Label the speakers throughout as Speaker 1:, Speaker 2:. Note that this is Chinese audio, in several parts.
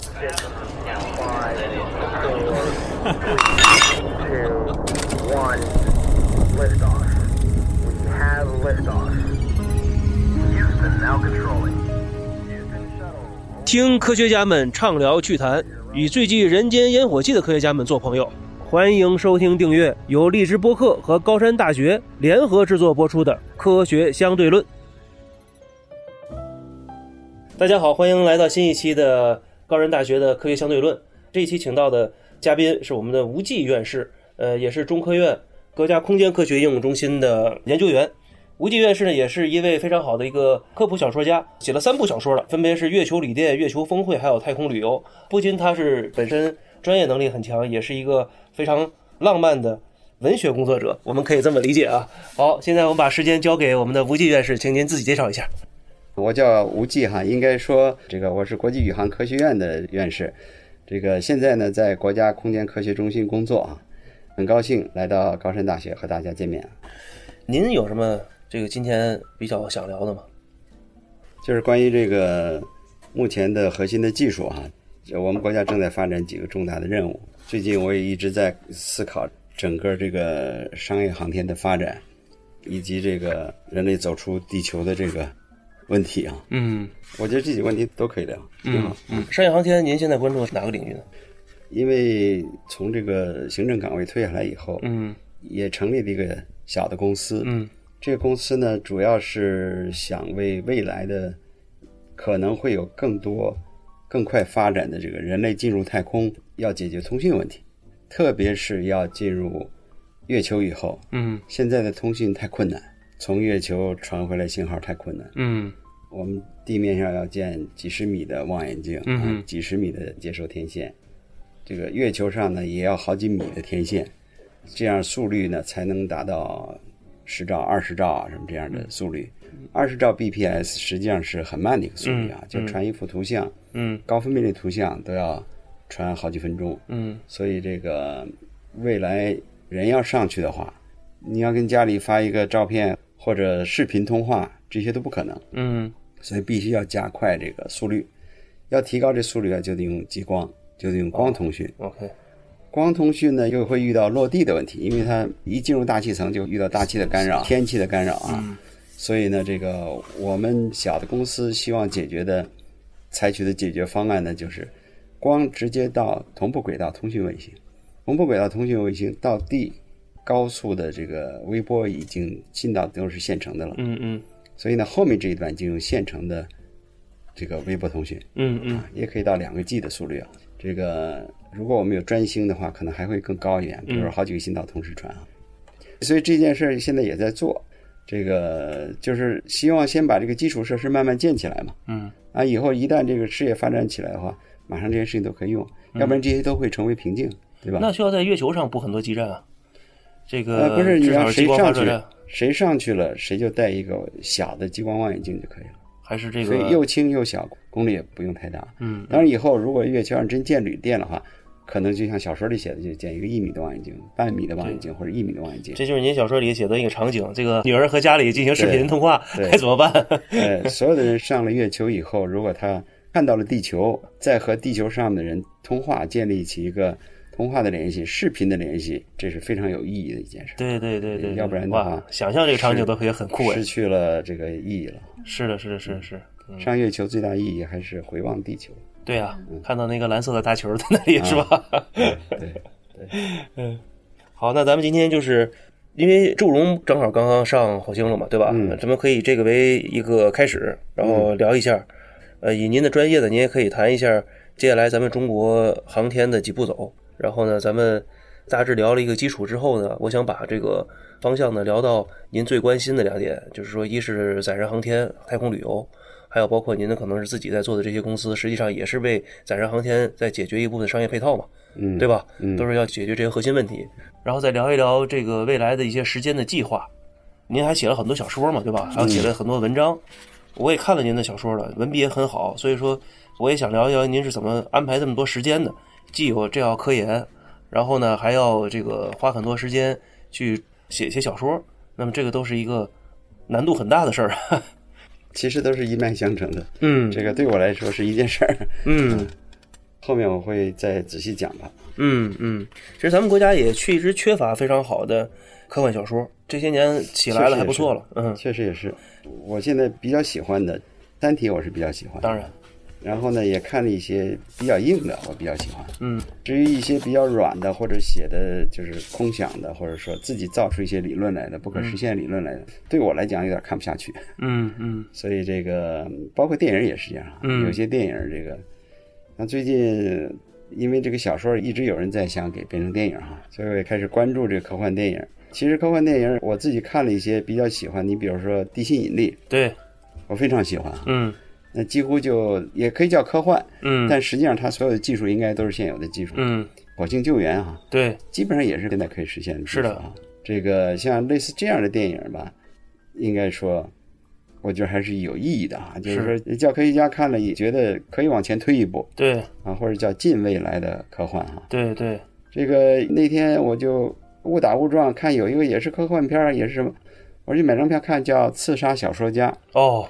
Speaker 1: six, five, four, three, two, one. Liftoff. We have liftoff. Houston now controlling. Houston shuttle.
Speaker 2: 听科学家们畅聊趣谈，与最具人间烟火气的科学家们做朋友。欢迎收听订阅由荔枝播客和高山大学联合制作播出的《科学相对论》。大家好，欢迎来到新一期的高山大学的《科学相对论》。这一期请到的嘉宾是我们的吴季院士，呃，也是中科院国家空间科学应用中心的研究员。吴季院士呢，也是一位非常好的一个科普小说家，写了三部小说了，分别是《月球旅店》《月球峰会》还有《太空旅游》。不仅他是本身专业能力很强，也是一个非常浪漫的文学工作者，我们可以这么理解啊。好，现在我们把时间交给我们的吴季院士，请您自己介绍一下。
Speaker 3: 我叫吴继哈，应该说这个我是国际宇航科学院的院士，这个现在呢在国家空间科学中心工作啊，很高兴来到高山大学和大家见面啊，
Speaker 2: 您有什么这个今天比较想聊的吗？
Speaker 3: 就是关于这个目前的核心的技术啊，就我们国家正在发展几个重大的任务，最近我也一直在思考整个这个商业航天的发展，以及这个人类走出地球的这个问题啊，
Speaker 2: 嗯
Speaker 3: 我觉得这几个问题都可以聊，挺好。
Speaker 2: 嗯，商业航天，您现在关注的是哪个领域呢？
Speaker 3: 因为从这个行政岗位退下来以后，
Speaker 2: 嗯
Speaker 3: 也成立了一个小的公司。
Speaker 2: 嗯
Speaker 3: 这个公司呢，主要是想为未来的可能会有更多、更快发展的这个人类进入太空，要解决通信问题，特别是要进入月球以后，
Speaker 2: 嗯
Speaker 3: 现在的通信太困难，从月球传回来信号太困难。
Speaker 2: 嗯
Speaker 3: 我们地面上要建几十米的望远镜，
Speaker 2: 嗯哼
Speaker 3: 啊几十米的接收天线。这个月球上呢，也要好几米的天线，这样速率呢才能达到十兆、二十兆啊什么
Speaker 2: 嗯
Speaker 3: 这样的速率。二十兆 bps 实际上是很慢的一个速率啊，
Speaker 2: 嗯
Speaker 3: 就传一幅图像，
Speaker 2: 嗯
Speaker 3: 高分辨率图像都要传好几分钟。
Speaker 2: 嗯
Speaker 3: 所以这个未来人要上去的话，你要跟家里发一个照片或者视频通话，这些都不可能。
Speaker 2: 嗯
Speaker 3: 所以必须要加快这个速率。要提高这速率啊，就得用激光，就得用光通讯。
Speaker 2: ，OK，
Speaker 3: 光通讯呢，又会遇到落地的问题，因为它一进入大气层就遇到大气的干扰、天气的干扰啊。所以呢，这个我们小的公司希望解决的、采取的解决方案呢，就是光直接到同步轨道通讯卫星，同步轨道通讯卫星到地高速的这个微波已经进到都是现成的了。
Speaker 2: 嗯嗯
Speaker 3: 所以呢，后面这一段就用现成的这个微波通讯，
Speaker 2: 嗯嗯
Speaker 3: 也可以到两个 G 的速率啊。这个如果我们有专星的话，可能还会更高一点，
Speaker 2: 嗯
Speaker 3: 比如说好几个信道同时传啊。所以这件事儿现在也在做，这个就是希望先把这个基础设施慢慢建起来嘛。
Speaker 2: 嗯
Speaker 3: 啊，以后一旦这个事业发展起来的话，马上这些事情都可以用，要不然这些都会成为瓶颈，对吧？
Speaker 2: 嗯那需要在月球上布很多基站啊，这个
Speaker 3: 呃，不是你
Speaker 2: 至
Speaker 3: 要
Speaker 2: 少是激
Speaker 3: 谁
Speaker 2: 光发
Speaker 3: 上
Speaker 2: 射
Speaker 3: 去
Speaker 2: 站，，
Speaker 3: 谁上去了，谁就带一个小的激光望远镜就可以了。
Speaker 2: 还是这
Speaker 3: 所
Speaker 2: 个
Speaker 3: 以又轻又小，功率也不用太大。
Speaker 2: 嗯
Speaker 3: 当然，以后如果月球上真建旅店的话，可能就像小说里写的，就建一个一米的望远镜、半米的望远镜或者一米的望远镜。
Speaker 2: 这就是您小说里写的一个场景，这个女儿和家里进行视频
Speaker 3: 对
Speaker 2: 通话，
Speaker 3: 对
Speaker 2: 该怎么办？
Speaker 3: 呃，所有的人上了月球以后，如果他看到了地球，再和地球上的人通话，建立起一个通话的联系、视频的联系，这是非常有意义的一件事。
Speaker 2: 对对对对，
Speaker 3: 要不然的
Speaker 2: 哇
Speaker 3: 话，
Speaker 2: 想象这个场景
Speaker 3: 是
Speaker 2: 都也很酷哎
Speaker 3: 失。去了这个意义了。
Speaker 2: 是的，是的，是的，是的。嗯
Speaker 3: 上月球最大意义还是回望地球。
Speaker 2: 对啊，看到那个蓝色的大球在那里是吧？
Speaker 3: 嗯啊
Speaker 2: 嗯
Speaker 3: 对，
Speaker 2: 好，那咱们今天就是因为祝融正好刚刚上火星了嘛，对吧？
Speaker 3: 嗯
Speaker 2: 咱们可以这个为一个开始，然后聊一下。呃，以您的专业呢，您也可以谈一下接下来咱们中国航天的几步走。然后呢，咱们大致聊了一个基础之后呢，我想把这个方向呢聊到您最关心的两点，就是说，一是载人航天、太空旅游。还有包括您的可能是自己在做的这些公司，实际上也是为载人航天在解决一部分商业配套嘛。
Speaker 3: 嗯，
Speaker 2: 对？吧？
Speaker 3: 嗯
Speaker 2: 都是要解决这些核心问题，然后再聊一聊这个未来的一些时间的计划。您还写了很多小说嘛，对吧？还有写了很多文章，我也看了您的小说了，文笔也很好，所以说我也想聊一聊您是怎么安排这么多时间的，既有这要科研，然后呢还要这个花很多时间去写一些小说，那么这个都是一个难度很大的事儿。
Speaker 3: 其实都是一脉相承的。
Speaker 2: 嗯
Speaker 3: 这个对我来说是一件事儿。
Speaker 2: 嗯
Speaker 3: 后面我会再仔细讲它。
Speaker 2: 嗯嗯，其实咱们国家也确实缺乏非常好的科幻小说，这些年起来了还不错了。嗯，
Speaker 3: 确实也是，我现在比较喜欢的《三体》，我是比较喜欢
Speaker 2: 嗯
Speaker 3: 的。
Speaker 2: 当然，
Speaker 3: 然后呢，也看了一些比较硬的，我比较喜欢。
Speaker 2: 嗯，
Speaker 3: 至于一些比较软的，或者写的就是空想的，或者说自己造出一些理论来的、不可实现理论来的，对我来讲有点看不下去。
Speaker 2: 嗯嗯
Speaker 3: 所以这个嗯包括电影也是这样啊，
Speaker 2: 嗯
Speaker 3: 有些电影这个，那最近因为这个小说一直有人在想给变成电影哈，所以我也开始关注这个科幻电影。其实科幻电影我自己看了一些比较喜欢，你比如说《地心引力
Speaker 2: 对，》，
Speaker 3: 我非常喜欢，啊
Speaker 2: 嗯
Speaker 3: 那几乎就也可以叫科幻，
Speaker 2: 嗯，
Speaker 3: 但实际上它所有的技术应该都是现有的技术。
Speaker 2: 嗯
Speaker 3: 火星救援啊哈、
Speaker 2: 对，
Speaker 3: 基本上也是现在可以实现的、
Speaker 2: 是的
Speaker 3: 啊，这个像类似这样的电影吧，应该说，我觉得还是有意义的啊。就是说，叫科学家看了也觉得可以往前推一步
Speaker 2: 对
Speaker 3: 啊，或者叫近未来的科幻哈、
Speaker 2: 对对，
Speaker 3: 这个那天我就误打误撞看有一个也是科幻片儿，也是什么，我去买张票看，叫《刺杀小说家》，
Speaker 2: 哦，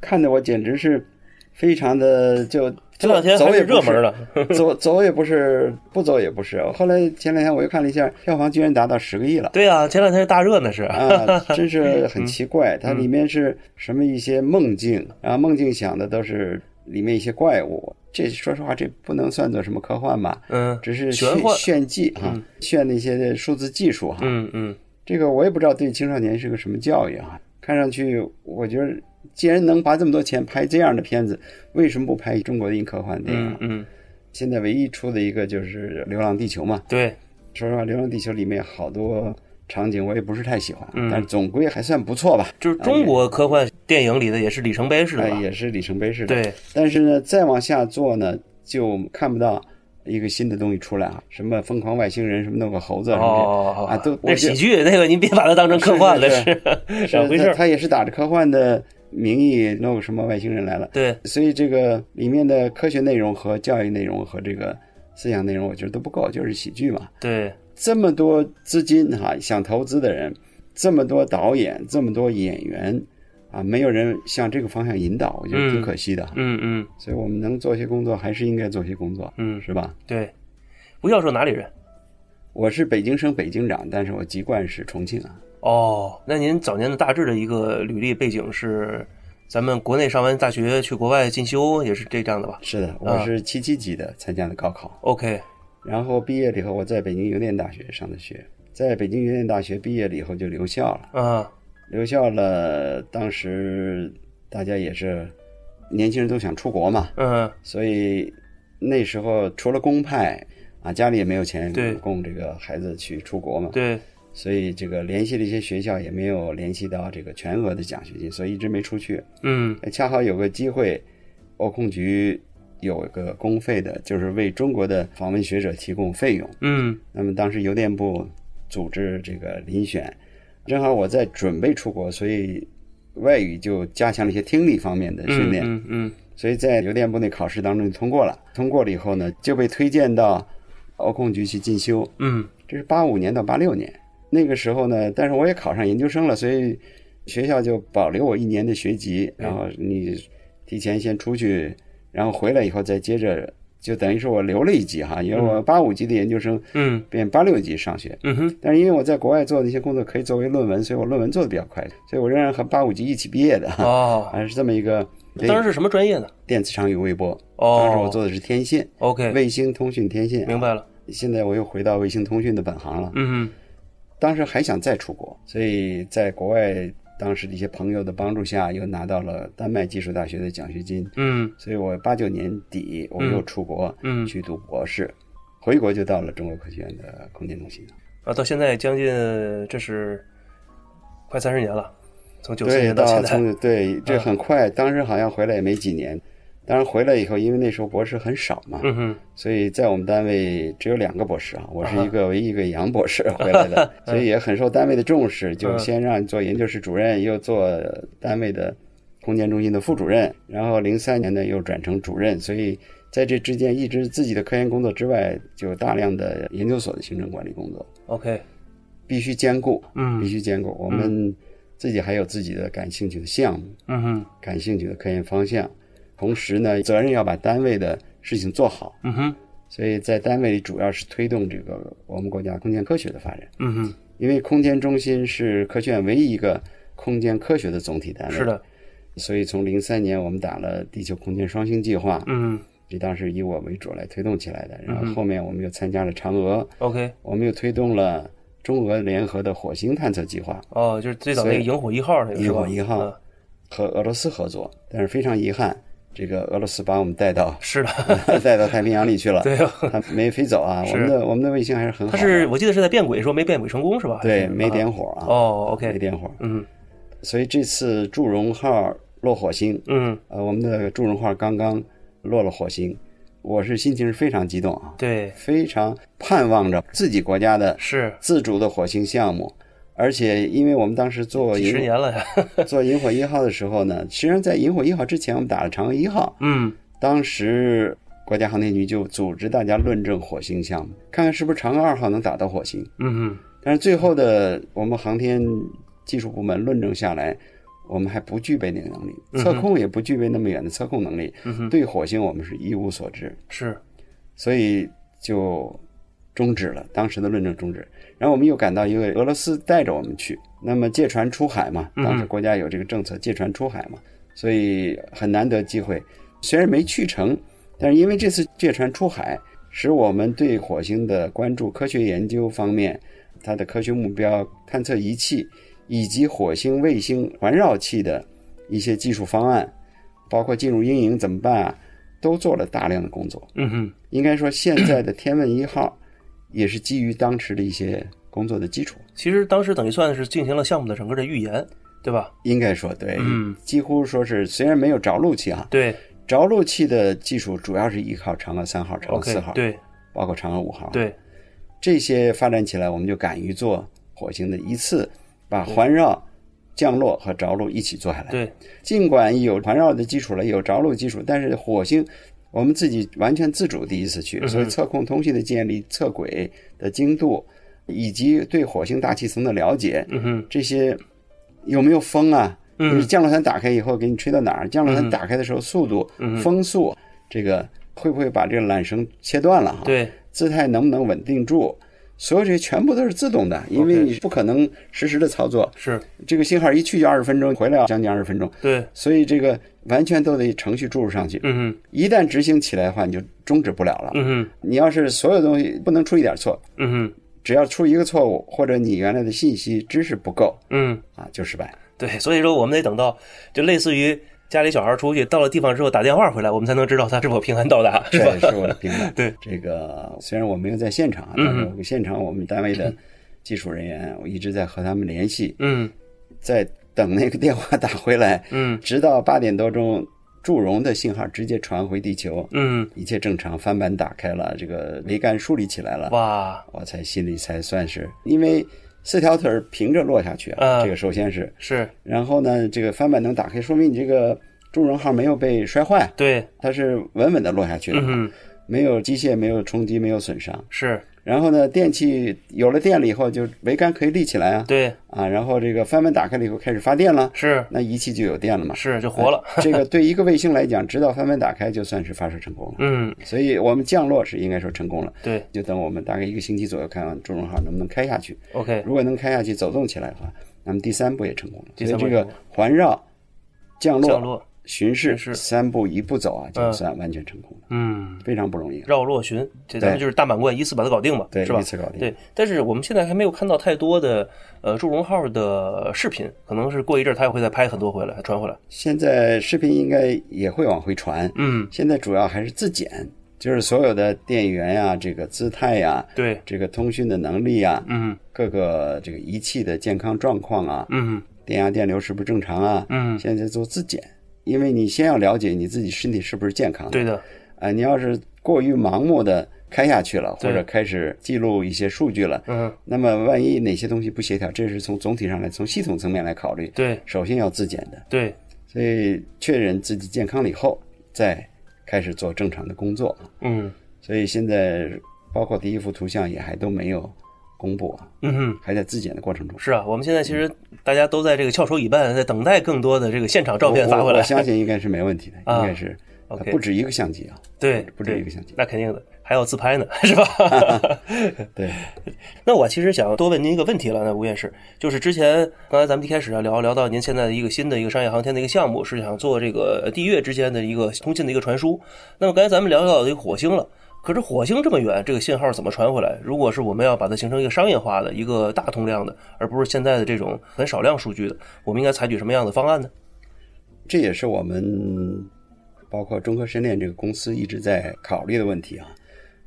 Speaker 3: 看的我简直是非常的就
Speaker 2: 这两天
Speaker 3: 走
Speaker 2: 还
Speaker 3: 走
Speaker 2: 是
Speaker 3: 也不
Speaker 2: 热
Speaker 3: 是
Speaker 2: 门了。
Speaker 3: 走走也不是，不走也不是。后来前两天我又看了一下，票房居然达到十个亿了。
Speaker 2: 对啊，前两天大热呢是。
Speaker 3: 啊，真是很奇怪，它里面是什么一些梦境，然后梦境想的都是里面一些怪物。这说实话，这不能算作什么科幻吧，
Speaker 2: 嗯，
Speaker 3: 只是
Speaker 2: 玄
Speaker 3: 炫
Speaker 2: 幻。
Speaker 3: 炫技哈，炫那些数字技术哈。
Speaker 2: 嗯嗯
Speaker 3: 这个我也不知道对青少年是个什么教育啊。看上去，我觉得既然能花这么多钱拍这样的片子，为什么不拍中国的硬科幻电
Speaker 2: 嗯
Speaker 3: 影？啊
Speaker 2: 嗯，
Speaker 3: 现在唯一出的一个就是《流浪地球》嘛。
Speaker 2: 对，
Speaker 3: 说实话，《流浪地球》里面好多场景我也不是太喜欢，
Speaker 2: 嗯
Speaker 3: 但是总归还算不错吧。
Speaker 2: 就是中国科幻电影里的也是里程碑式的
Speaker 3: 哎，
Speaker 2: 吧？
Speaker 3: 也是里程碑式的。，
Speaker 2: 对，
Speaker 3: 但是呢，再往下做呢，就看不到一个新的东西出来啊，什么疯狂外星人，什么弄个猴子什么
Speaker 2: 哦，
Speaker 3: 啊都
Speaker 2: 那
Speaker 3: 我觉
Speaker 2: 喜剧那个，您别把它当成科幻了，
Speaker 3: 是是
Speaker 2: 是
Speaker 3: 这，
Speaker 2: 两回事
Speaker 3: 他
Speaker 2: 儿。
Speaker 3: 呃他也是打着科幻的名义弄个什么外星人来了。
Speaker 2: 对，
Speaker 3: 所以这个里面的科学内容和教育内容和这个思想内容，我觉得都不够，就是喜剧嘛。
Speaker 2: 对，
Speaker 3: 这么多资金哈、想投资的人，这么多导演，这么多演员啊，没有人向这个方向引导，我觉得挺可惜的。
Speaker 2: 嗯嗯
Speaker 3: 所以我们能做些工作，还是应该做些工作，
Speaker 2: 嗯
Speaker 3: 是吧？
Speaker 2: 对。吴教授哪里人？
Speaker 3: 我是北京生北京长，但是我籍贯是重庆啊。
Speaker 2: 哦，那您早年的大致的一个履历背景是，咱们国内上完大学去国外进修，也是这样的吧
Speaker 3: 是的，我是七七级的参加的高考，
Speaker 2: ？OK，
Speaker 3: 然后毕业了以后，我在北京邮电大学上的学，在北京邮电大学毕业了以后就留校了，
Speaker 2: 啊，
Speaker 3: 留校了，当时大家也是年轻人都想出国嘛，
Speaker 2: 嗯
Speaker 3: 所以那时候除了公派啊，家里也没有钱
Speaker 2: 对
Speaker 3: 供这个孩子去出国嘛，
Speaker 2: 对，
Speaker 3: 所以这个联系了一些学校，也没有联系到这个全额的奖学金，所以一直没出去。
Speaker 2: 嗯
Speaker 3: 哎恰好有个机会，欧控局有个公费的，就是为中国的访问学者提供费用。
Speaker 2: 嗯
Speaker 3: 那么当时邮电部组织这个遴选，正好我在准备出国，所以外语就加强了一些听力方面的训
Speaker 2: 嗯
Speaker 3: 练。
Speaker 2: 嗯嗯，
Speaker 3: 所以在邮电部那考试当中就通过了。通过了以后呢，就被推荐到欧控局去进修。
Speaker 2: 嗯
Speaker 3: 这是八五年到八六年那个时候呢，但是我也考上研究生了，所以学校就保留我一年的学籍，然
Speaker 2: 嗯
Speaker 3: 后你提前先出去，然后回来以后再接着，就等于是我留了一级哈，因为我八五级的研究生
Speaker 2: 嗯
Speaker 3: 变八六级上学。
Speaker 2: 嗯哼，
Speaker 3: 但是因为我在国外做的一些工作可以作为论文，所以我论文做的比较快，所以我仍然和八五级一起毕业的哈，
Speaker 2: 哦，
Speaker 3: 还是这么一个
Speaker 2: 当时是什么专业呢？
Speaker 3: 电磁场与微波。
Speaker 2: 哦，
Speaker 3: 当时我做的是天线，
Speaker 2: OK，
Speaker 3: 卫星通讯天线。
Speaker 2: 明白了，
Speaker 3: 现在我又回到卫星通讯的本行了。
Speaker 2: 嗯哼
Speaker 3: 当时还想再出国，所以在国外当时的一些朋友的帮助下，又拿到了丹麦技术大学的奖学金。
Speaker 2: 嗯
Speaker 3: 所以我八九年底我又出国
Speaker 2: 嗯
Speaker 3: 去读博士，回国就到了中国科学院的空间中心。
Speaker 2: 啊，到现在将近这是快三十年了，从九四
Speaker 3: 对，
Speaker 2: 年到现在，
Speaker 3: 从对这很快，当时好像回来也没几年。当然回来以后，因为那时候博士很少嘛，
Speaker 2: 嗯哼，
Speaker 3: 所以在我们单位只有两个博士啊，我是一个唯一一个洋博士 回来的，所以也很受单位的重视，就先让做研究室主任，又做单位的空间中心的副主任，然后零三年呢又转成主任，所以在这之间一直自己的科研工作之外，就有大量的研究所的行政管理工作，
Speaker 2: OK，
Speaker 3: 必须兼顾，必
Speaker 2: 嗯
Speaker 3: 须兼顾。我们自己还有自己的感兴趣的项目，
Speaker 2: 嗯哼，
Speaker 3: 感兴趣的科研方向，同时呢责任要把单位的事情做好。
Speaker 2: 嗯哼，
Speaker 3: 所以在单位里主要是推动这个我们国家空间科学的发展，
Speaker 2: 嗯哼，
Speaker 3: 因为空间中心是科学院唯一一个空间科学的总体单位。
Speaker 2: 是，的，
Speaker 3: 所以从零三年我们打了地球空间双星计划，
Speaker 2: 嗯
Speaker 3: 这当时以我为主来推动起来的。然后后面我们又参加了嫦娥，
Speaker 2: ，OK，
Speaker 3: 我们又推动了中俄联合的火星探测计划，
Speaker 2: 哦，就是最早那
Speaker 3: 所
Speaker 2: 个
Speaker 3: 以
Speaker 2: 萤火一号那个是
Speaker 3: 萤
Speaker 2: 吧
Speaker 3: 火一号
Speaker 2: 啊
Speaker 3: 和俄罗斯合作。但是非常遗憾，这个俄罗斯把我们带到
Speaker 2: 是的，
Speaker 3: 带到太平洋里去了，
Speaker 2: 对啊
Speaker 3: 它没飞走 啊。
Speaker 2: 是
Speaker 3: 我们的我们的卫星还是很好
Speaker 2: 它
Speaker 3: 的，
Speaker 2: 是我记得是在变轨，说没变轨成功是吧？还
Speaker 3: 对
Speaker 2: 是
Speaker 3: 没点
Speaker 2: 啊
Speaker 3: 火啊，
Speaker 2: 哦
Speaker 3: 没
Speaker 2: ，OK，
Speaker 3: 点火。
Speaker 2: 嗯
Speaker 3: 所以这次祝融号落火星，
Speaker 2: 嗯，
Speaker 3: 呃，我们的祝融号刚刚落了火星，我是心情是非常激动啊，
Speaker 2: 对，
Speaker 3: 非常盼望着自己国家的
Speaker 2: 是
Speaker 3: 自主的火星项目。而且，因为我们当时做
Speaker 2: 几十
Speaker 3: 萤
Speaker 2: 年了呀，
Speaker 3: 做萤火一号的时候呢，实际上在萤火一号之前，我们打了嫦娥一号。
Speaker 2: 嗯
Speaker 3: 当时国家航天局就组织大家论证火星项目，看看是不是嫦娥二号能打到火星。
Speaker 2: 嗯嗯，
Speaker 3: 但是最后的我们航天技术部门论证下来，我们还不具备那个能力，测控也不具备那么远的测控能力，对火星我们是一无所知，
Speaker 2: 是
Speaker 3: 所以就终止了当时的论证终止。然后我们又赶到一个俄罗斯带着我们去，那么借船出海嘛，当时国家有这个政策借船出海嘛，所以很难得机会，虽然没去成，但是因为这次借船出海，使我们对火星的关注、科学研究方面、它的科学目标、探测仪器以及火星卫星环绕器的一些技术方案，包括进入阴影怎么办啊，都做了大量的工作。
Speaker 2: 嗯哼，
Speaker 3: 应该说，现在的天问一号也是基于当时的一些工作的基础。
Speaker 2: 其实当时等于算是进行了项目的整个的预言，对吧？
Speaker 3: 应该说，对，
Speaker 2: 嗯
Speaker 3: 几乎说是虽然没有着陆器啊，
Speaker 2: 对
Speaker 3: 着陆器的技术主要是依靠嫦娥三号、嫦娥
Speaker 2: ，OK，
Speaker 3: 四号，啊
Speaker 2: 对
Speaker 3: 包括嫦娥五号，，
Speaker 2: 对，
Speaker 3: 这些发展起来，我们就敢于做火星的一次，把环绕、降落和着陆一起做下来。
Speaker 2: 对，
Speaker 3: 尽管有环绕的基础了，有着陆基础，但是火星我们自己完全自主第一次
Speaker 2: 嗯
Speaker 3: 去，所以测控通信的建立、测轨的精度，以及对火星大气层的了解，
Speaker 2: 嗯哼，
Speaker 3: 这些有没有风啊？
Speaker 2: 嗯
Speaker 3: 你降落伞打开以后给你吹到哪儿？降落伞打开的时候速度、风速，这个会不会把这个缆绳切断了？哈，
Speaker 2: 对
Speaker 3: 姿态能不能稳定住？所有这些全部都是自动的，因为
Speaker 2: OK
Speaker 3: 你不可能实时的操作。
Speaker 2: 是，
Speaker 3: 这个信号一去就二十分钟，回来将近二十分钟。
Speaker 2: 对，
Speaker 3: 所以这个完全都得程序注入上去。
Speaker 2: 嗯哼，
Speaker 3: 一旦执行起来的话，你就终止不了了。
Speaker 2: 嗯哼，
Speaker 3: 你要是所有东西不能出一点错，
Speaker 2: 嗯哼，
Speaker 3: 只要出一个错误，或者你原来的信息知识不够
Speaker 2: 嗯。
Speaker 3: 啊，就失败。
Speaker 2: 对，所以说我们得等到就类似于家里小孩出去到了地方之后打电话回来，我们才能知道他是否平安到达，
Speaker 3: 这
Speaker 2: 是吧？
Speaker 3: 也是我的评价。
Speaker 2: 对，嗯
Speaker 3: 这个虽然我没有在现场啊，但是我现场我们单位的技术人员，我一直在和他们联系，
Speaker 2: 嗯
Speaker 3: 在等那个电话打回来，
Speaker 2: 嗯
Speaker 3: 直到八点多钟，祝融的信号直接传回地球，
Speaker 2: 嗯，
Speaker 3: 一切正常，帆板打开了，这个桅杆竖立起来了，
Speaker 2: 哇，
Speaker 3: 我才心里才算是，因为四条腿儿平着落下去
Speaker 2: 啊
Speaker 3: 这个首先是，
Speaker 2: 是
Speaker 3: 然后呢，这个翻板能打开，说明你这个助容号没有被摔坏，
Speaker 2: 对，
Speaker 3: 它是稳稳的落下去的，
Speaker 2: 嗯哼，
Speaker 3: 没有机械，没有冲击，没有损伤。
Speaker 2: 是
Speaker 3: 然后呢，电器有了电了以后，就桅杆可以立起来啊，
Speaker 2: 对
Speaker 3: 啊，然后这个翻板打开了以后开始发电了，
Speaker 2: 是
Speaker 3: 那仪器就有电了嘛。
Speaker 2: 是就活了，
Speaker 3: 这个对一个卫星来讲，直到翻板打开就算是发射成功了，
Speaker 2: 嗯，
Speaker 3: 所以我们降落是应该说成功了。
Speaker 2: 对
Speaker 3: 就等我们大概一个星期左右，看看祝融号能不能开下去。
Speaker 2: ，OK，
Speaker 3: 如果能开下去走动起来的话，那么第三步也成功了。
Speaker 2: 第
Speaker 3: 所
Speaker 2: 三
Speaker 3: 以
Speaker 2: 步也
Speaker 3: 这个
Speaker 2: 成功
Speaker 3: 环绕、降落、
Speaker 2: 降落，
Speaker 3: 巡视
Speaker 2: 巡视
Speaker 3: 三步一步走啊，就
Speaker 2: 嗯
Speaker 3: 算完全成功了，
Speaker 2: 嗯，
Speaker 3: 非常不容易啊。
Speaker 2: 绕落巡，这咱们
Speaker 3: 对
Speaker 2: 就是大满贯依次把它搞定吧，
Speaker 3: 对，
Speaker 2: 是吧
Speaker 3: 一？次搞定。
Speaker 2: 对，但是我们现在还没有看到太多的呃祝融号的视频，可能是过一阵儿他也会再拍很多回来，传回来。
Speaker 3: 现在视频应该也会往回传，
Speaker 2: 嗯，
Speaker 3: 现在主要还是自检，就是所有的电源呀、这个姿态啊呀、
Speaker 2: 对，
Speaker 3: 这个通讯的能力呀、
Speaker 2: 嗯
Speaker 3: 各个这个仪器的健康状况啊，
Speaker 2: 嗯
Speaker 3: 电压、电流是不是正常啊？
Speaker 2: 嗯，
Speaker 3: 现在做自检，因为你先要了解你自己身体是不是健康的。
Speaker 2: 对的，
Speaker 3: 啊，你要是过于盲目的开下去了，
Speaker 2: 对
Speaker 3: 或者开始记录一些数据了，
Speaker 2: 嗯，
Speaker 3: 那么万一哪些东西不协调，这是从总体上来，从系统层面来考虑，
Speaker 2: 对
Speaker 3: 首先要自检的，
Speaker 2: 对，
Speaker 3: 所以确认自己健康了以后，再开始做正常的工作。
Speaker 2: 嗯
Speaker 3: 所以现在包括第一幅图像也还都没有公布啊，
Speaker 2: 嗯哼。
Speaker 3: 还在自检的过程中。
Speaker 2: 是啊，我们现在其实大家都在这个翘首以盼，在等待更多的这个现场照片发
Speaker 3: 我
Speaker 2: 回
Speaker 3: 我
Speaker 2: 来。
Speaker 3: 我相信应该是没问题的，
Speaker 2: 啊
Speaker 3: 应该是它
Speaker 2: OK
Speaker 3: 不止一个相机啊，
Speaker 2: 对，
Speaker 3: 不止
Speaker 2: 对
Speaker 3: 一个相机
Speaker 2: 那肯定的，还有自拍呢，是 吧？
Speaker 3: 对，
Speaker 2: 那我其实想多问您一个问题了，那吴院士，就是之前刚才咱们一开始啊聊聊到您现在的一个新的一个商业航天的一个项目，是想做这个地月之间的一个通信的一个传输。那么刚才咱们聊到这个火星了，可是火星这么远，这个信号怎么传回来？如果是我们要把它形成一个商业化的一个大通量的，而不是现在的这种很少量数据的，我们应该采取什么样的方案呢？
Speaker 3: 这也是我们包括中科深链这个公司一直在考虑的问题啊。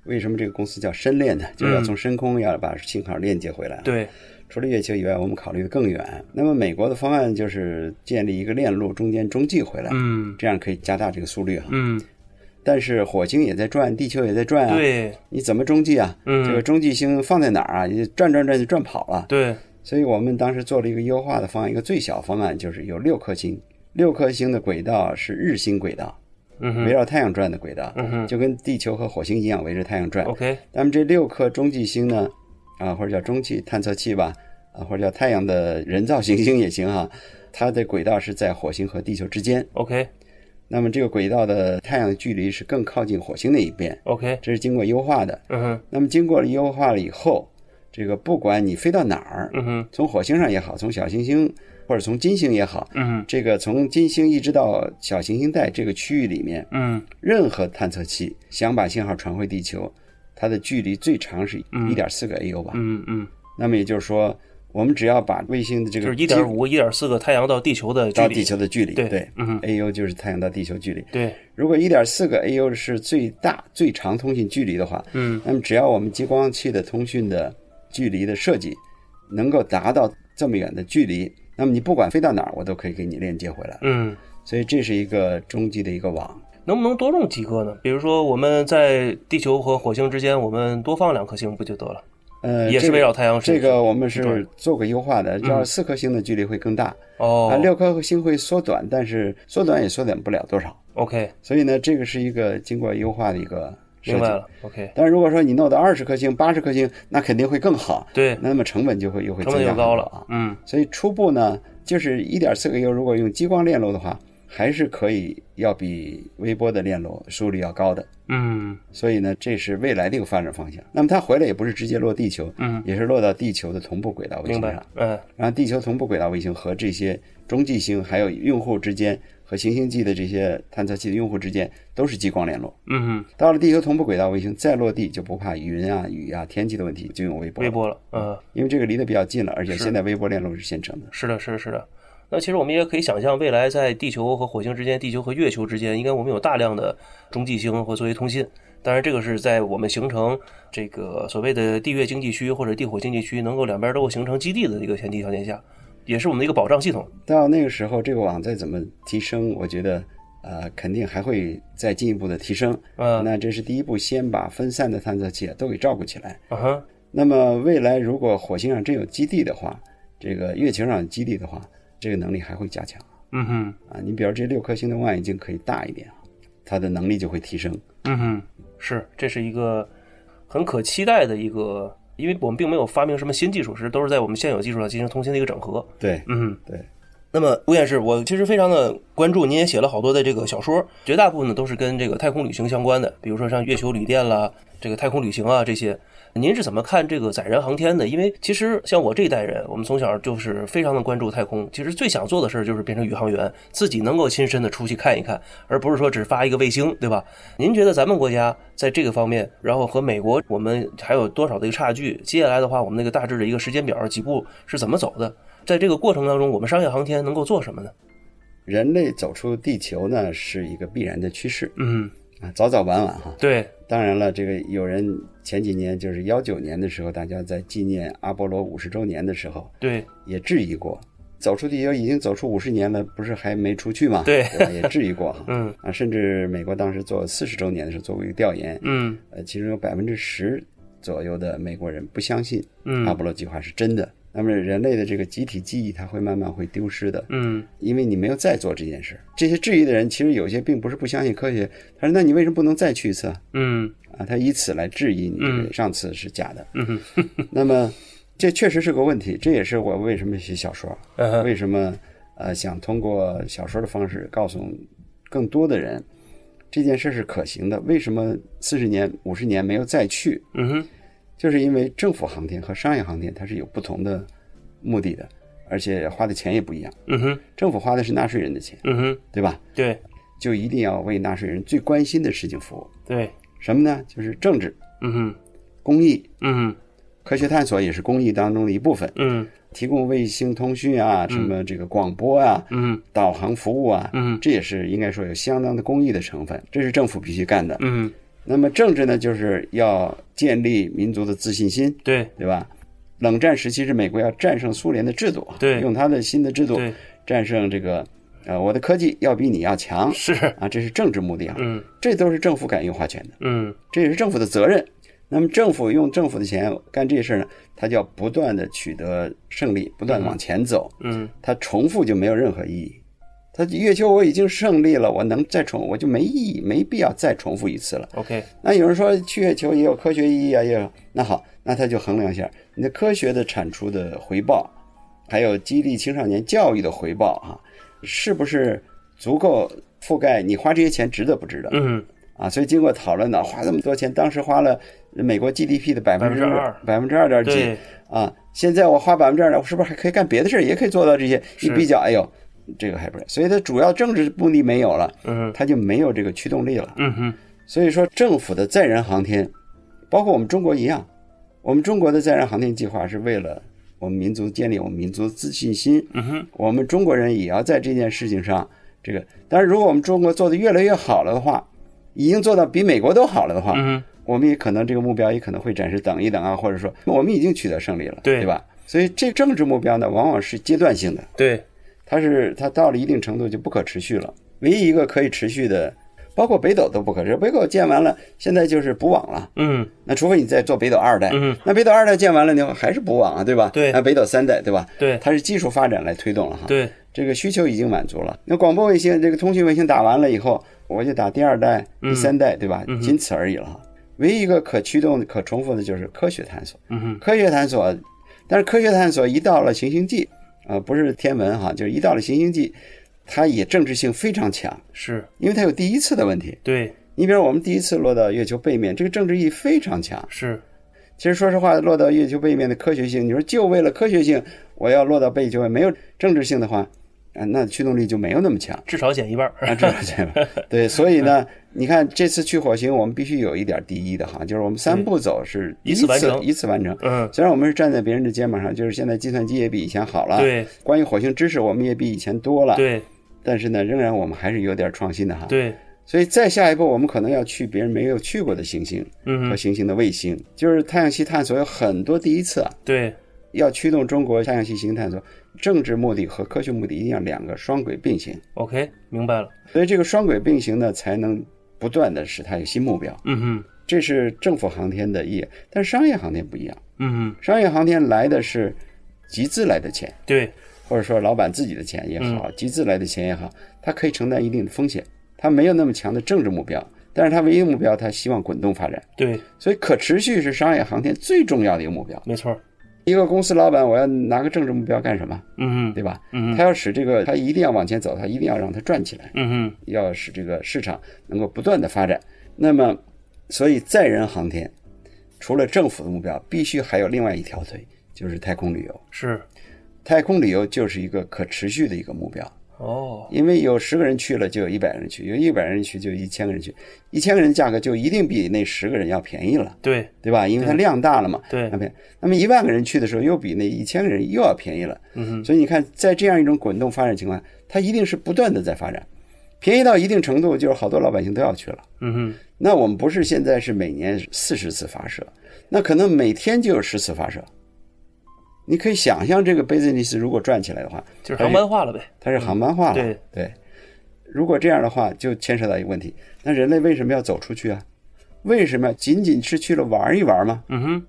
Speaker 3: 为什么这个公司叫深链呢？就是要从深空要把信号链接回来、，
Speaker 2: 嗯
Speaker 3: 啊
Speaker 2: 对，
Speaker 3: 除了月球以外，我们考虑的更远。那么美国的方案就是建立一个链路，中间中继回来，
Speaker 2: 嗯
Speaker 3: 这样可以加大这个速率啊。
Speaker 2: 嗯，
Speaker 3: 但是火星也在转，地球也在转啊，
Speaker 2: 对
Speaker 3: 你怎么中继啊？
Speaker 2: 嗯
Speaker 3: 这个中继星放在哪儿啊？你转转转就转跑了。
Speaker 2: 对，
Speaker 3: 所以我们当时做了一个优化的方案，一个最小方案就是有六颗星，六颗星的轨道是日心轨道，
Speaker 2: 嗯
Speaker 3: 围
Speaker 2: 哼
Speaker 3: 绕太阳转的轨道，
Speaker 2: 嗯哦哼
Speaker 3: 就跟地球和火星一样围着太阳转。
Speaker 2: ，OK，
Speaker 3: 那么这六颗中继星呢，啊，或者叫中继探测器吧，啊，或者叫太阳的人造行星也行哈、它的轨道是在火星和地球之间。
Speaker 2: OK，
Speaker 3: 那么这个轨道的太阳距离是更靠近火星那一边，
Speaker 2: OK，
Speaker 3: 这是经过优化的。
Speaker 2: 嗯哼，
Speaker 3: 那么经过了优化了以后，这个不管你飞到哪儿，
Speaker 2: 嗯哼，
Speaker 3: 从火星上也好，从小行星或者从金星也好，
Speaker 2: 嗯
Speaker 3: 这个从金星一直到小行星带这个区域里面，
Speaker 2: 嗯
Speaker 3: 任何探测器想把信号传回地球，它的距离最长是一点四个 AU 吧。
Speaker 2: 嗯嗯，
Speaker 3: 那么也就是说，我们只要把卫星的这
Speaker 2: 就
Speaker 3: 个
Speaker 2: 是一点五个、一点四个太阳到地球的距
Speaker 3: 嗯到
Speaker 2: 离。
Speaker 3: 地球的距离，
Speaker 2: 对
Speaker 3: 对
Speaker 2: 嗯
Speaker 3: AU 就是太阳到地球距离。
Speaker 2: 对，
Speaker 3: 如果一点四个 AU 是最大最长通信距离的话，
Speaker 2: 嗯
Speaker 3: 那么只要我们激光器的通讯的距离的设计能够达到这么远的距离，那么你不管飞到哪儿，我都可以给你链接回来。
Speaker 2: 嗯，
Speaker 3: 所以这是一个中继的一个网。
Speaker 2: 能不能多用几个呢？比如说我们在地球和火星之间，我们多放两颗星不就得了？
Speaker 3: 呃，
Speaker 2: 也是
Speaker 3: 这个
Speaker 2: 围绕太阳
Speaker 3: 这
Speaker 2: 是
Speaker 3: 个我们
Speaker 2: 对
Speaker 3: 是做过优化的，要是四颗星的距离会更大，啊，
Speaker 2: 哦
Speaker 3: 六颗星会缩短，但是缩短也缩短不了多少。
Speaker 2: ，OK，
Speaker 3: 所以呢，这个是一个经过优化的一个设
Speaker 2: 明白
Speaker 3: 计。
Speaker 2: 了，OK，
Speaker 3: 但如果说你弄到二十颗星、八十颗星，那肯定会更好，
Speaker 2: 对，
Speaker 3: 那么成本就会又会
Speaker 2: 成
Speaker 3: 增
Speaker 2: 本
Speaker 3: 加
Speaker 2: 就高
Speaker 3: 很
Speaker 2: 了
Speaker 3: 多啊。，
Speaker 2: 嗯
Speaker 3: 所以初步呢，就是一点四个 U，如果用激光链路的话，还是可以要比微波的链路速率要高的。
Speaker 2: 嗯
Speaker 3: 所以呢，这是未来的一个发展方向。那么它回来也不是直接落地球，
Speaker 2: 嗯，
Speaker 3: 也是落到地球的同步轨道卫
Speaker 2: 明
Speaker 3: 星
Speaker 2: 白
Speaker 3: 上，，
Speaker 2: 嗯
Speaker 3: 然后地球同步轨道卫星和这些中继星还有用户之间和行星际的这些探测器的用户之间都是激光联络。
Speaker 2: 嗯，
Speaker 3: 到了地球同步轨道卫星再落地，就不怕云啊、雨啊、天气的问题，就用微波。
Speaker 2: 微，波了，嗯。
Speaker 3: 因为这个离得比较近了，而且现在微波链路是现成的。
Speaker 2: 是的，是的，是的。那其实我们也可以想象，未来在地球和火星之间、地球和月球之间，应该我们有大量的中继星或作为通信。当然，这个是在我们形成这个所谓的地月经济区或者地火经济区，能够两边都有形成基地的一个前提条件下，也是我们的一个保障系统。
Speaker 3: 到那个时候，这个网再怎么提升，我觉得，呃，肯定还会再进一步的提升。
Speaker 2: 嗯
Speaker 3: 那这是第一步，先把分散的探测器啊都给照顾起来。
Speaker 2: 嗯哼，
Speaker 3: 那么未来如果火星上真有基地的话，这个月球上有基地的话，这个能力还会加强
Speaker 2: 嗯哼，
Speaker 3: 啊。你比如这六颗星的望远镜可以大一点啊，它的能力就会提升。
Speaker 2: 嗯哼，是，这是一个很可期待的一个，因为我们并没有发明什么新技术，是都是在我们现有技术上进行通信的一个整合。
Speaker 3: 对，
Speaker 2: 嗯，
Speaker 3: 对。
Speaker 2: 那么吴院士，我其实非常的关注，您也写了好多的这个小说，绝大部分呢都是跟这个太空旅行相关的，比如说像月球旅店啦、这个太空旅行啊这些。您是怎么看这个载人航天的？因为其实像我这一代人，我们从小就是非常的关注太空，其实最想做的事儿就是变成宇航员，自己能够亲身的出去看一看，而不是说只发一个卫星，对吧？您觉得咱们国家在这个方面，然后和美国我们还有多少的一个差距？接下来的话，我们那个大致的一个时间表几步是怎么走的？在这个过程当中，我们商业航天能够做什么呢？
Speaker 3: 人类走出地球呢是一个必然的趋势
Speaker 2: 嗯，
Speaker 3: 啊，早早晚晚哈。
Speaker 2: 对，
Speaker 3: 当然了，这个有人前几年就是幺九年的时候，大家在纪念阿波罗五十周年的时候，
Speaker 2: 对，
Speaker 3: 也质疑过，走出地球已经走出五十年了，不是还没出去吗？
Speaker 2: 对
Speaker 3: 吧？也质疑 过哈。
Speaker 2: 嗯
Speaker 3: 啊，甚至美国当时做四十周年的时候做过一个调研，
Speaker 2: 嗯
Speaker 3: 呃，其中有百分之十左右的美国人不相信阿
Speaker 2: 嗯
Speaker 3: 波罗计划是真的。那么人类的这个集体记忆，它会慢慢会丢失的。
Speaker 2: 嗯
Speaker 3: 因为你没有再做这件事儿，这些质疑的人其实有些并不是不相信科学，他说：“那你为什么不能再去一次啊？”
Speaker 2: 嗯
Speaker 3: 啊，他以此来质疑你这
Speaker 2: 嗯
Speaker 3: 个上次是假的。
Speaker 2: 嗯
Speaker 3: 那么，这确实是个问题，这也是我为什么写小说，
Speaker 2: 嗯
Speaker 3: 为什么呃想通过小说的方式告诉更多的人，这件事是可行的。为什么四十年、五十年没有再去？
Speaker 2: 嗯哼，
Speaker 3: 就是因为政府航天和商业航天它是有不同的目的的，而且花的钱也不一样。
Speaker 2: 嗯哼，
Speaker 3: 政府花的是纳税人的钱，
Speaker 2: 嗯哼，
Speaker 3: 对吧？
Speaker 2: 对
Speaker 3: 就一定要为纳税人最关心的事情服务。
Speaker 2: 对，
Speaker 3: 什么呢？就是政治、
Speaker 2: 嗯哼，
Speaker 3: 公益、
Speaker 2: 嗯哼，
Speaker 3: 科学探索也是公益当中的一部分，
Speaker 2: 嗯
Speaker 3: 提供卫星通讯啊，什么这个广播啊、
Speaker 2: 嗯
Speaker 3: 导航服务啊，
Speaker 2: 嗯
Speaker 3: 这也是应该说有相当的公益的成分，这是政府必须干的。
Speaker 2: 嗯，
Speaker 3: 那么政治呢，就是要建立民族的自信心，
Speaker 2: 对
Speaker 3: 对吧？冷战时期是美国要战胜苏联的制度，
Speaker 2: 对
Speaker 3: 用它的新的制度
Speaker 2: 对
Speaker 3: 战胜这个，呃，我的科技要比你要强
Speaker 2: 是，
Speaker 3: 啊，这是政治目的啊，
Speaker 2: 嗯
Speaker 3: 这都是政府敢用花钱的。
Speaker 2: 嗯
Speaker 3: 这也是政府的责任。那么政府用政府的钱干这些事儿呢，他就要不断的取得胜利，不断地往前走。
Speaker 2: 嗯
Speaker 3: 它重复就没有任何意义。它月球我已经胜利了，我能再重我就没意义，没必要再重复一次了。
Speaker 2: ，OK，
Speaker 3: 那有人说去月球也有科学意义啊，也有那好，那他就衡量一下你的科学的产出的回报，还有激励青少年教育的回报啊，是不是足够覆盖你花这些钱值得不值得？
Speaker 2: 嗯
Speaker 3: 啊，所以经过讨论呢，花这么多钱，当时花了美国 GDP 的百分之
Speaker 2: 2%
Speaker 3: 百分之二点几
Speaker 2: 对，
Speaker 3: 啊，现在我花百分之二点，我是不是还可以干别的事儿，也可以做到这些？一比较，哎呦，这个还不是，所以它主要政治目的没有了，
Speaker 2: 嗯
Speaker 3: 它就没有这个驱动力了。
Speaker 2: 嗯哼
Speaker 3: 所以说，政府的载人航天，包括我们中国一样，我们中国的载人航天计划是为了我们民族建立我们民族自信心，
Speaker 2: 嗯哼
Speaker 3: 我们中国人也要在这件事情上，这个，但是如果我们中国做的越来越好了的话，已经做到比美国都好了的话，
Speaker 2: 嗯哼，
Speaker 3: 我们也可能这个目标也可能会暂时等一等啊，或者说我们已经取得胜利了，
Speaker 2: 对
Speaker 3: 吧？所以这政治目标呢，往往是阶段性的，
Speaker 2: 对，
Speaker 3: 它是它到了一定程度就不可持续了。唯一一个可以持续的，包括北斗都不可持续。北斗建完了，现在就是补网了。
Speaker 2: 嗯
Speaker 3: 那除非你再做北斗二代，
Speaker 2: 嗯
Speaker 3: 那北斗二代建完了，你还是补网啊，对吧？
Speaker 2: 对
Speaker 3: 那北斗三代，对吧？
Speaker 2: 对
Speaker 3: 它是技术发展来推动了哈。
Speaker 2: 对，
Speaker 3: 这个需求已经满足了。那广播卫星这个通讯卫星打完了以后，我就打第二代、第
Speaker 2: 嗯
Speaker 3: 三代，对吧？仅此而已了哈。唯一一个可驱动、可重复的就是科学探索。
Speaker 2: 嗯哼
Speaker 3: 科学探索，但是科学探索一到了行星际，啊、不是天文哈，就是一到了行星际，它也政治性非常强，
Speaker 2: 是，
Speaker 3: 因为它有第一次的问题。
Speaker 2: 对
Speaker 3: 你比如我们第一次落到月球背面，这个政治意义非常强。
Speaker 2: 是，
Speaker 3: 其实说实话，落到月球背面的科学性，你说就为了科学性，我要落到背球，没有政治性的话，啊，那驱动力就没有那么强。
Speaker 2: 至少减一半儿，
Speaker 3: 啊，这个这 个，对，所以呢，你看这次去火星，我们必须有一点第一的哈，就是我们三步走是
Speaker 2: 一
Speaker 3: 一
Speaker 2: 次完成
Speaker 3: 一次完成。
Speaker 2: 嗯
Speaker 3: 虽然我们是站在别人的肩膀上，就是现在计算机也比以前好了，
Speaker 2: 对，
Speaker 3: 关于火星知识我们也比以前多了，，
Speaker 2: 对
Speaker 3: 但是呢，仍然我们还是有点创新的哈。，
Speaker 2: 对，
Speaker 3: 所以再下一步，我们可能要去别人没有去过的行星
Speaker 2: 嗯
Speaker 3: 和
Speaker 2: 哼
Speaker 3: 行星的卫星，就是太阳系探索有很多第一次啊，
Speaker 2: 对
Speaker 3: 要驱动中国太阳系行星探索，政治目的和科学目的一定要两个双轨并行，
Speaker 2: ，OK，明白了，
Speaker 3: 所以这个双轨并行呢，才能不断的使它有新目标，
Speaker 2: 嗯哼
Speaker 3: 这是政府航天的意义，但是商业航天不一样，
Speaker 2: 嗯哼，
Speaker 3: 商业航天来的是集资来的钱。
Speaker 2: 对，
Speaker 3: 或者说老板自己的钱也好，集资来的钱也好，他可以承担一定的风险，他没有那么强的政治目标，但是他唯一的目标，他希望滚动发展。
Speaker 2: 对，
Speaker 3: 所以，可持续是商业航天最重要的一个目标。
Speaker 2: 没错儿，
Speaker 3: 一个公司老板，我要拿个政治目标干什么，
Speaker 2: 嗯
Speaker 3: 对
Speaker 2: 哼，
Speaker 3: 吧？
Speaker 2: 嗯
Speaker 3: 他要使这个，他一定要往前走，他一定要让它转起来，
Speaker 2: 嗯哼，
Speaker 3: 要使这个市场能够不断的发展。那么，所以载人航天除了政府的目标，必须还有另外一条腿，就是太空旅游。
Speaker 2: 是，
Speaker 3: 太空旅游就是一个可持续的一个目标。
Speaker 2: 哦，
Speaker 3: 因为有十个人去了，就有一百人去；有一百人去，就一千个人去。一千个人价格就一定比那十个人要便宜了，
Speaker 2: 对
Speaker 3: 对吧？因为它量大了嘛。
Speaker 2: 对
Speaker 3: 那，便那么一万个人去的时候，又比那一千个人又要便宜了。嗯所以你看，在这样一种滚动发展情况下，它一定是不断的在发展，便宜到一定程度，就是好多老百姓都要去了。
Speaker 2: 嗯哼，
Speaker 3: 那我们不是现在是每年四十次发射，那可能每天就有十次发射。你可以想象，这个 business 如果转起来的话，
Speaker 2: 就是航班化了呗，
Speaker 3: 它是航班化了。
Speaker 2: 嗯对
Speaker 3: 如果这样的话，就牵扯到一个问题：那人类为什么要走出去啊？为什么仅仅是去了玩一玩吗？
Speaker 2: 嗯哼，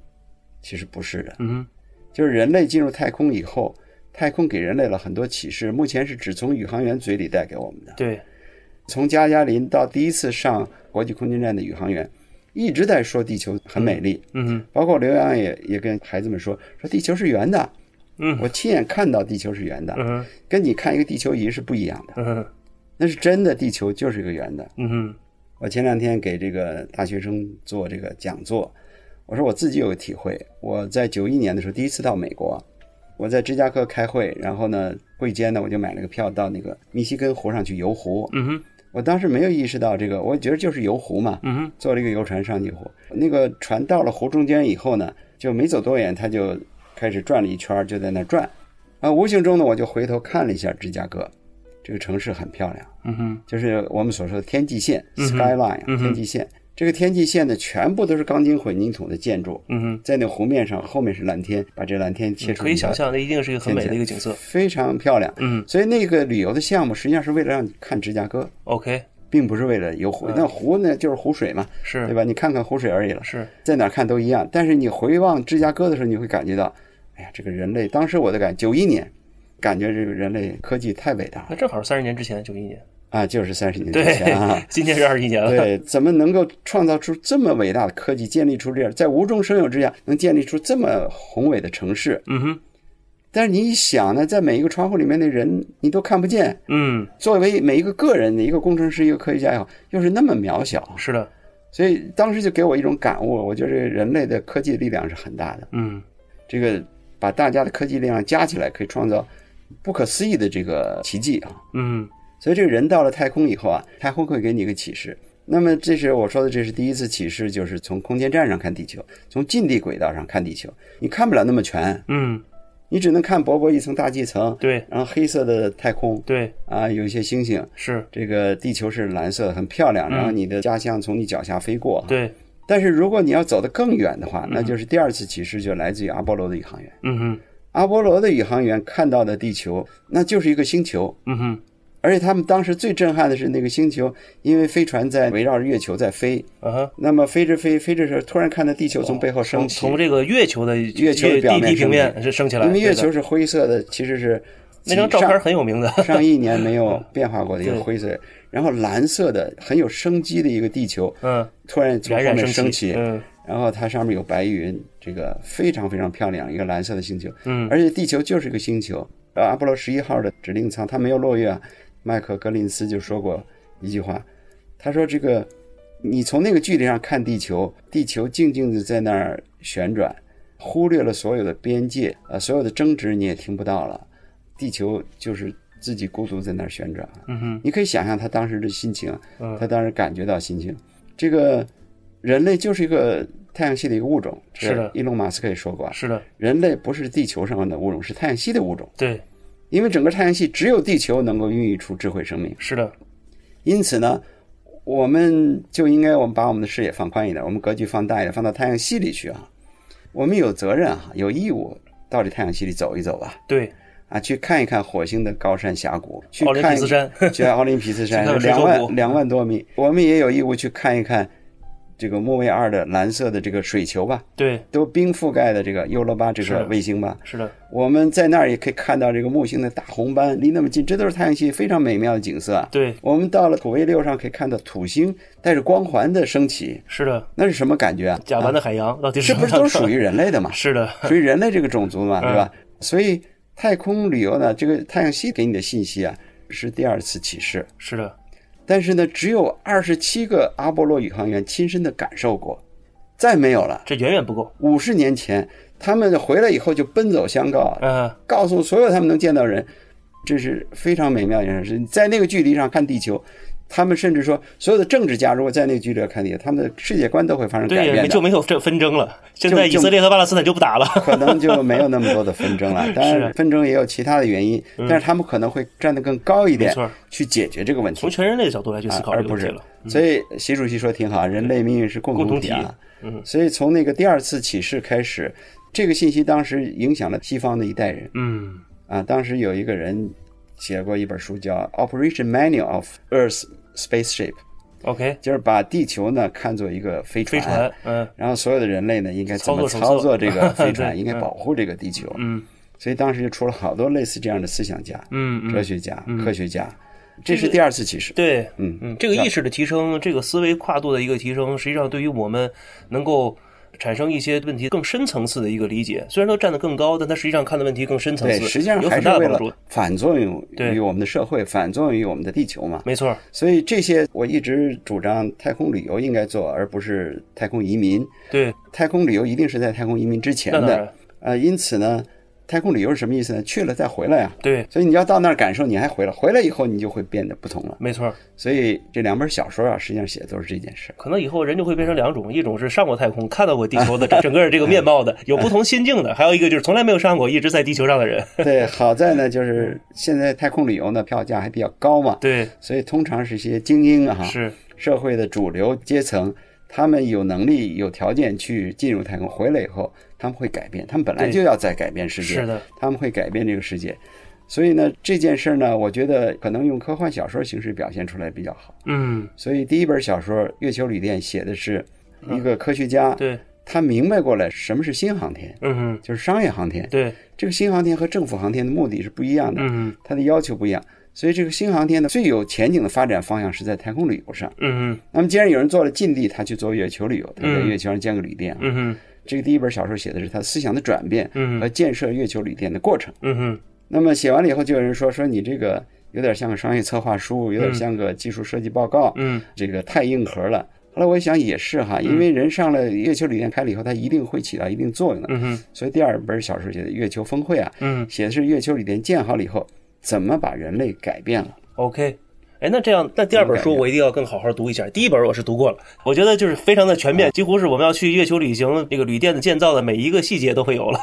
Speaker 3: 其实不是的，
Speaker 2: 嗯哼，
Speaker 3: 就是人类进入太空以后，太空给人类了很多启示，目前是只从宇航员嘴里带给我们的。
Speaker 2: 对，
Speaker 3: 从加加林到第一次上国际空间站的宇航员，一直在说地球很美丽，
Speaker 2: 嗯哼，
Speaker 3: 包括刘洋也也跟孩子们说，说地球是圆的。
Speaker 2: 嗯
Speaker 3: 我亲眼看到地球是圆的，
Speaker 2: 嗯哼，
Speaker 3: 跟你看一个地球仪是不一样的，
Speaker 2: 嗯哼，
Speaker 3: 那是真的，地球就是一个圆的。
Speaker 2: 嗯哼，
Speaker 3: 我前两天给这个大学生做这个讲座，我说我自己有体会。我在九一年的时候第一次到美国，我在芝加哥开会，然后呢，会间呢我就买了个票到那个密西根湖上去游湖。
Speaker 2: 嗯哼，
Speaker 3: 我当时没有意识到这个，我觉得就是游湖嘛，
Speaker 2: 嗯哼，
Speaker 3: 坐了一个游船上去湖。那个船到了湖中间以后呢，就没走多远，它就开始转了一圈儿，就在那儿转。啊，无形中呢，我就回头看了一下芝加哥，这个城市很漂亮。
Speaker 2: 嗯哼，
Speaker 3: 就是我们所说的天际线
Speaker 2: 嗯哼
Speaker 3: （skyline）、啊
Speaker 2: 嗯哼
Speaker 3: 天际线。这个天际线呢，全部都是钢筋混凝土的建筑，
Speaker 2: 嗯哼，
Speaker 3: 在那湖面上，后面是蓝天，把这蓝天切出
Speaker 2: 嗯可以
Speaker 3: 一条
Speaker 2: 想象，那一定是一个很美的一个景色。
Speaker 3: 非常漂亮。
Speaker 2: 嗯
Speaker 3: 所以那个旅游的项目实际上是为了让你看芝加哥，
Speaker 2: ，OK，
Speaker 3: 并不是为了游湖。那湖呢，就是湖水嘛，
Speaker 2: 嗯是
Speaker 3: 对吧？你看看湖水而已了，
Speaker 2: 是，
Speaker 3: 在哪儿看都一样。但是你回望芝加哥的时候，你会感觉到，哎呀，这个人类，当时我的感，九一年，感觉这个人类科技太伟大
Speaker 2: 那
Speaker 3: 了
Speaker 2: 正好是三十年之前，九一年，
Speaker 3: 啊，就是三十年之
Speaker 2: 对
Speaker 3: 前啊。，
Speaker 2: 今天是二十一年了。
Speaker 3: 对，怎么能够创造出这么伟大的科技，建立出这样在无中生有之下能建立出这么宏伟的城市？
Speaker 2: 嗯哼，
Speaker 3: 但是你一想呢，在每一个窗户里面的人你都看不见，
Speaker 2: 嗯，
Speaker 3: 作为每一个个人的一个工程师、一个科学家也好，又是那么渺小，
Speaker 2: 是的，
Speaker 3: 所以当时就给我一种感悟，我觉得这个人类的科技力量是很大的，
Speaker 2: 嗯，
Speaker 3: 这个把大家的科技力量加起来，可以创造不可思议的这个奇迹啊！
Speaker 2: 嗯，
Speaker 3: 所以这个人到了太空以后啊，太空会给你一个启示。那么这是我说的，这是第一次启示，就是从空间站上看地球，从近地轨道上看地球，你看不了那么全，
Speaker 2: 嗯，
Speaker 3: 你只能看薄薄一层大气层，
Speaker 2: 对，
Speaker 3: 然后黑色的太空
Speaker 2: 对，
Speaker 3: 啊，有一些星星。
Speaker 2: 是，
Speaker 3: 这个地球是蓝色的，很漂
Speaker 2: 嗯
Speaker 3: 亮。然后你的家乡从你脚下飞过。
Speaker 2: 对，
Speaker 3: 但是如果你要走得更远的话，那就是第二次启示，就来自于阿波罗的宇航员。
Speaker 2: 嗯哼，
Speaker 3: 阿波罗的宇航员看到的地球，那就是一个星球，
Speaker 2: 嗯哼，
Speaker 3: 而且他们当时最震撼的是那个星球，因为飞船在围绕着月球在飞，
Speaker 2: 啊哈，
Speaker 3: 那么飞着飞飞着时候，突然看到地球从背后升
Speaker 2: 从
Speaker 3: 起，
Speaker 2: 从这个月球的
Speaker 3: 月球的表
Speaker 2: 地
Speaker 3: 面
Speaker 2: 地平
Speaker 3: 升起
Speaker 2: 面是升起来，
Speaker 3: 因为月
Speaker 2: 对
Speaker 3: 球
Speaker 2: 的
Speaker 3: 是灰色的，其实是
Speaker 2: 那张照片很有名的，
Speaker 3: 上上亿年没有变化过的一个
Speaker 2: 对
Speaker 3: 灰色，然后蓝色的很有生机的一个地球，
Speaker 2: 嗯，
Speaker 3: 突然从
Speaker 2: 冉
Speaker 3: 后
Speaker 2: 冉
Speaker 3: 面
Speaker 2: 升
Speaker 3: 起，
Speaker 2: 嗯
Speaker 3: 然后它上面有白云，这个非常非常漂亮，一个蓝色的星球，
Speaker 2: 嗯
Speaker 3: 而且地球就是一个星球。呃，阿波罗十一号的指令舱它没有落月啊，麦克格林斯就说过一句话，他说这个你从那个距离上看地球，地球静静的在那儿旋转，忽略了所有的边界，呃，所有的争执你也听不到了，地球就是自己孤独在那儿旋转。啊
Speaker 2: 嗯哼，
Speaker 3: 你可以想象他当时的心情
Speaker 2: 嗯，
Speaker 3: 他当时感觉到心情。这个人类就是一个太阳系的一个物种，
Speaker 2: 是的
Speaker 3: 伊隆马斯克也说过啊，
Speaker 2: 是的，
Speaker 3: 人类不是地球上的物种，是太阳系的物种。
Speaker 2: 对，
Speaker 3: 因为整个太阳系只有地球能够孕育出智慧生命，
Speaker 2: 是的，
Speaker 3: 因此呢，我们就应该我们把我们的视野放宽一点，我们格局放大一点，放到太阳系里去啊。我们有责任啊，有义务到这太阳系里走一走吧，
Speaker 2: 对，
Speaker 3: 啊，去看一看火星的高山峡谷，去
Speaker 2: 奥林匹
Speaker 3: 看
Speaker 2: 斯山，
Speaker 3: 去奥林匹斯 山
Speaker 2: 去看水手
Speaker 3: 两
Speaker 2: 谷
Speaker 3: 万两万多米，我们也有义务去看一看这个木卫二的蓝色的这个水球吧，
Speaker 2: 对，
Speaker 3: 都冰覆盖的这个优罗巴这
Speaker 2: 是
Speaker 3: 个卫星吧。
Speaker 2: 是的，
Speaker 3: 我们在那儿也可以看到这个木星的大红斑，离那么近，这都是太阳系非常美妙的景色啊。
Speaker 2: 对，
Speaker 3: 我们到了土卫六上，可以看到土星带着光环的升起，
Speaker 2: 是的，
Speaker 3: 那是什么感觉啊？
Speaker 2: 甲烷的海洋到底是
Speaker 3: 这不是都是属于？人类的 嘛？
Speaker 2: 是的，
Speaker 3: 属于人类这个种族嘛，
Speaker 2: 嗯
Speaker 3: 对吧？啊所以太空旅游呢，这个太阳系给你的信息啊，是第二次启示。
Speaker 2: 是的，
Speaker 3: 但是呢，只有二十七个阿波罗宇航员亲身的感受过，再没有了。
Speaker 2: 这远远不够，
Speaker 3: 五十年前，他们回来以后就奔走相告啊，
Speaker 2: 嗯，
Speaker 3: 告诉所有他们能见到的人，这是非常美妙的一件事。在那个距离上看地球，他们甚至说，所有的政治家如果在那个距离上看地球，他们的世界观都会发生改
Speaker 2: 对呀，
Speaker 3: 变
Speaker 2: 就
Speaker 3: 的，
Speaker 2: 没有这纷争了。现
Speaker 3: 就
Speaker 2: 在以
Speaker 3: 就
Speaker 2: 色列和巴勒斯坦就不打了。
Speaker 3: 可能就没有那么多的纷争了。当然，纷争也有其他的原因，但是他们可能会站得更高一
Speaker 2: 嗯没
Speaker 3: 点
Speaker 2: 错，
Speaker 3: 去解决这个问题
Speaker 2: 从。全人类的角度来去思考
Speaker 3: 啊
Speaker 2: 这
Speaker 3: 而
Speaker 2: 个
Speaker 3: 不
Speaker 2: 问题
Speaker 3: 是
Speaker 2: 了。。嗯
Speaker 3: 所以习主席说挺好，人类命运是共
Speaker 2: 共同
Speaker 3: 同
Speaker 2: 体嗯
Speaker 3: 体啊。所以从那个第二次启示开始，这个信息当时影响了西方的一代人。
Speaker 2: 嗯
Speaker 3: 啊，当时有一个人写过一本书叫《Operation Manual of Earth Spaceship》，
Speaker 2: ，OK，
Speaker 3: 就是把地球呢看作一个飞船，
Speaker 2: 飞船，嗯
Speaker 3: 然后所有的人类呢应该怎么
Speaker 2: 操作手
Speaker 3: 操
Speaker 2: 册
Speaker 3: 作 这个飞船，
Speaker 2: 对
Speaker 3: 应该
Speaker 2: 嗯
Speaker 3: 保护这个地球。
Speaker 2: 嗯
Speaker 3: 所以当时就出了好多类似这样的思想家、
Speaker 2: 嗯
Speaker 3: 哲
Speaker 2: 嗯，
Speaker 3: 学家、科学家，这
Speaker 2: 这
Speaker 3: 是
Speaker 2: 个
Speaker 3: 第二次启示。
Speaker 2: 对，
Speaker 3: 嗯
Speaker 2: 嗯，这个意识的提升，这个思维跨度的一个提升，实际上对于我们能够。产生一些问题更深层次的一个理解。虽然它站得更高，但它实际上看的问题更深层
Speaker 3: 对，
Speaker 2: 次，
Speaker 3: 实际上
Speaker 2: 有
Speaker 3: 还
Speaker 2: 很
Speaker 3: 是
Speaker 2: 大的
Speaker 3: 为
Speaker 2: 帮助
Speaker 3: 了。反作用
Speaker 2: 对
Speaker 3: 于我们的社会，反作用于我们的地球嘛。
Speaker 2: 没错儿，
Speaker 3: 所以这些我一直主张太空旅游应该做，而不是太空移民。
Speaker 2: 对，
Speaker 3: 太空旅游一定是在太空移民之前
Speaker 2: 那当
Speaker 3: 的
Speaker 2: 然，，
Speaker 3: 呃，因此呢，太空旅游是什么意思呢？去了再回来呀、
Speaker 2: 对，
Speaker 3: 所以你要到那儿感受，你还回来，回来以后你就会变得不同了。
Speaker 2: 没错儿。
Speaker 3: 所以这两本小说啊，实际上写的都是这件 事儿。
Speaker 2: 可能以后人就会变成两种，一种是上过太空，看到过地球的整个这个面貌的，有不同心境的；还有一个就是从来没有上过，一直在地球上的人。
Speaker 3: 对，好在呢，就是现在太空旅游呢票价还比较高嘛，
Speaker 2: 对，
Speaker 3: 所以通常是一些精英啊，
Speaker 2: 是，
Speaker 3: 社会的主流阶层，他们有能力、有条件去进入太空，回来以后他们会改变，他们本来
Speaker 2: 对
Speaker 3: 就要在改变世界，
Speaker 2: 是的，
Speaker 3: 他们会改变这个世界。所以呢，这件事儿呢，我觉得可能用科幻小说形式表现出来比较好。
Speaker 2: 嗯，
Speaker 3: 所以第一本小说《月球旅店》写的是一个科学家，
Speaker 2: 对，
Speaker 3: 他明白过来什么是新航天，
Speaker 2: 嗯，
Speaker 3: 就是商业航天。
Speaker 2: 对，
Speaker 3: 这个新航天和政府航天的目的是不一样的，
Speaker 2: 嗯，
Speaker 3: 它的要求不一样。所以这个新航天的最有前景的发展方向是在太空旅游上。
Speaker 2: 嗯，
Speaker 3: 那么既然有人做了近地，他去做月球旅游，他在
Speaker 2: 嗯
Speaker 3: 月球上建个旅店啊。
Speaker 2: 嗯哼，
Speaker 3: 这个第一本小说写的是他思想的转变
Speaker 2: 嗯
Speaker 3: 和建设月球旅店的过程。
Speaker 2: 嗯哼，
Speaker 3: 那么写完了以后，就有人说说你这个有点像个商业策划书，有点像个技术设计报告，
Speaker 2: 嗯，
Speaker 3: 这个太硬核了。后来我一想也是哈，因为人上了月球旅店开了以后，它一定会起到一定作用的。
Speaker 2: 嗯哼，
Speaker 3: 所以第二本小说写的《月球峰会》啊，
Speaker 2: 嗯
Speaker 3: 写的是月球旅店建好了以后，怎么把人类改变 了。
Speaker 2: ，OK。哎，那这样，那第二本书我一定要更好好读一下。第一本我是读过了，我觉得就是非常的全面，几乎是我们要去月球旅行这个旅店的建造的每一个细节都会有了。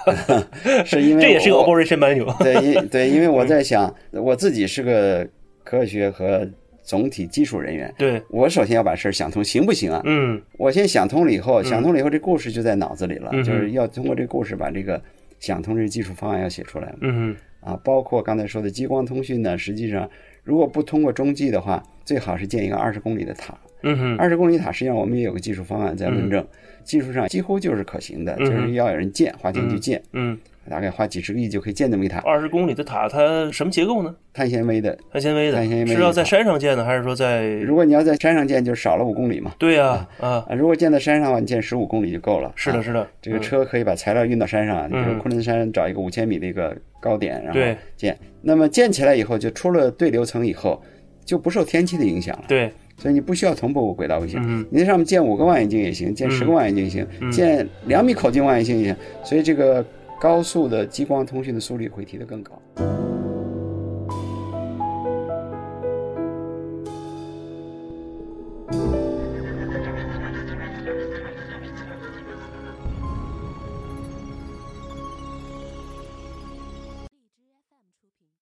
Speaker 3: 是因为
Speaker 2: 这也是个
Speaker 3: 我
Speaker 2: operation menu。
Speaker 3: 对，因对，因为
Speaker 2: 嗯
Speaker 3: 我在想，我自己是个科学和总体技术人员，
Speaker 2: 对，
Speaker 3: 我首先要把事儿想通，行不行啊？
Speaker 2: 嗯，
Speaker 3: 我先想通了以后，想通了以后，这故事就在脑子里了，
Speaker 2: 嗯哼
Speaker 3: 就是要通过这故事把这个想通这技术方案要写出来嘛
Speaker 2: 嗯
Speaker 3: 啊，包括刚才说的激光通讯呢，实际上如果不通过中继的话，最好是建一个二十公里的塔。
Speaker 2: 哼，嗯哼，
Speaker 3: 二十公里塔实际上我们也有个技术方案在论证，技术上几乎就是可行的，
Speaker 2: 嗯哼
Speaker 3: 就是要有人建，花钱去建，
Speaker 2: 嗯，
Speaker 3: 大概花几十个亿就可以建这么一塔，
Speaker 2: 二十公里的塔，它什么结构呢？
Speaker 3: 碳纤维的
Speaker 2: 碳纤维的
Speaker 3: 碳纤维，的
Speaker 2: 是要在山上建的，还是说在？
Speaker 3: 如果你要在山上建，就少了五公里嘛。
Speaker 2: 对呀，啊，
Speaker 3: 啊，如果建在山上的话，你建十五公里就够了。
Speaker 2: 是的，
Speaker 3: 啊
Speaker 2: 是的，
Speaker 3: 这个车可以把材料运到山上，啊比
Speaker 2: 嗯
Speaker 3: 如昆仑山找一个五千米的一个高点，然
Speaker 2: 对
Speaker 3: 后建。那么建起来以后，就出了对流层以后，就不受天气的影响了，
Speaker 2: 对，
Speaker 3: 所以你不需要同步轨道卫星。
Speaker 2: 嗯
Speaker 3: 你在上面建五个望远镜也行，建十个望远镜也行，建两米口径望远镜也行。所以这个高速的激光通讯的速率会提得更高。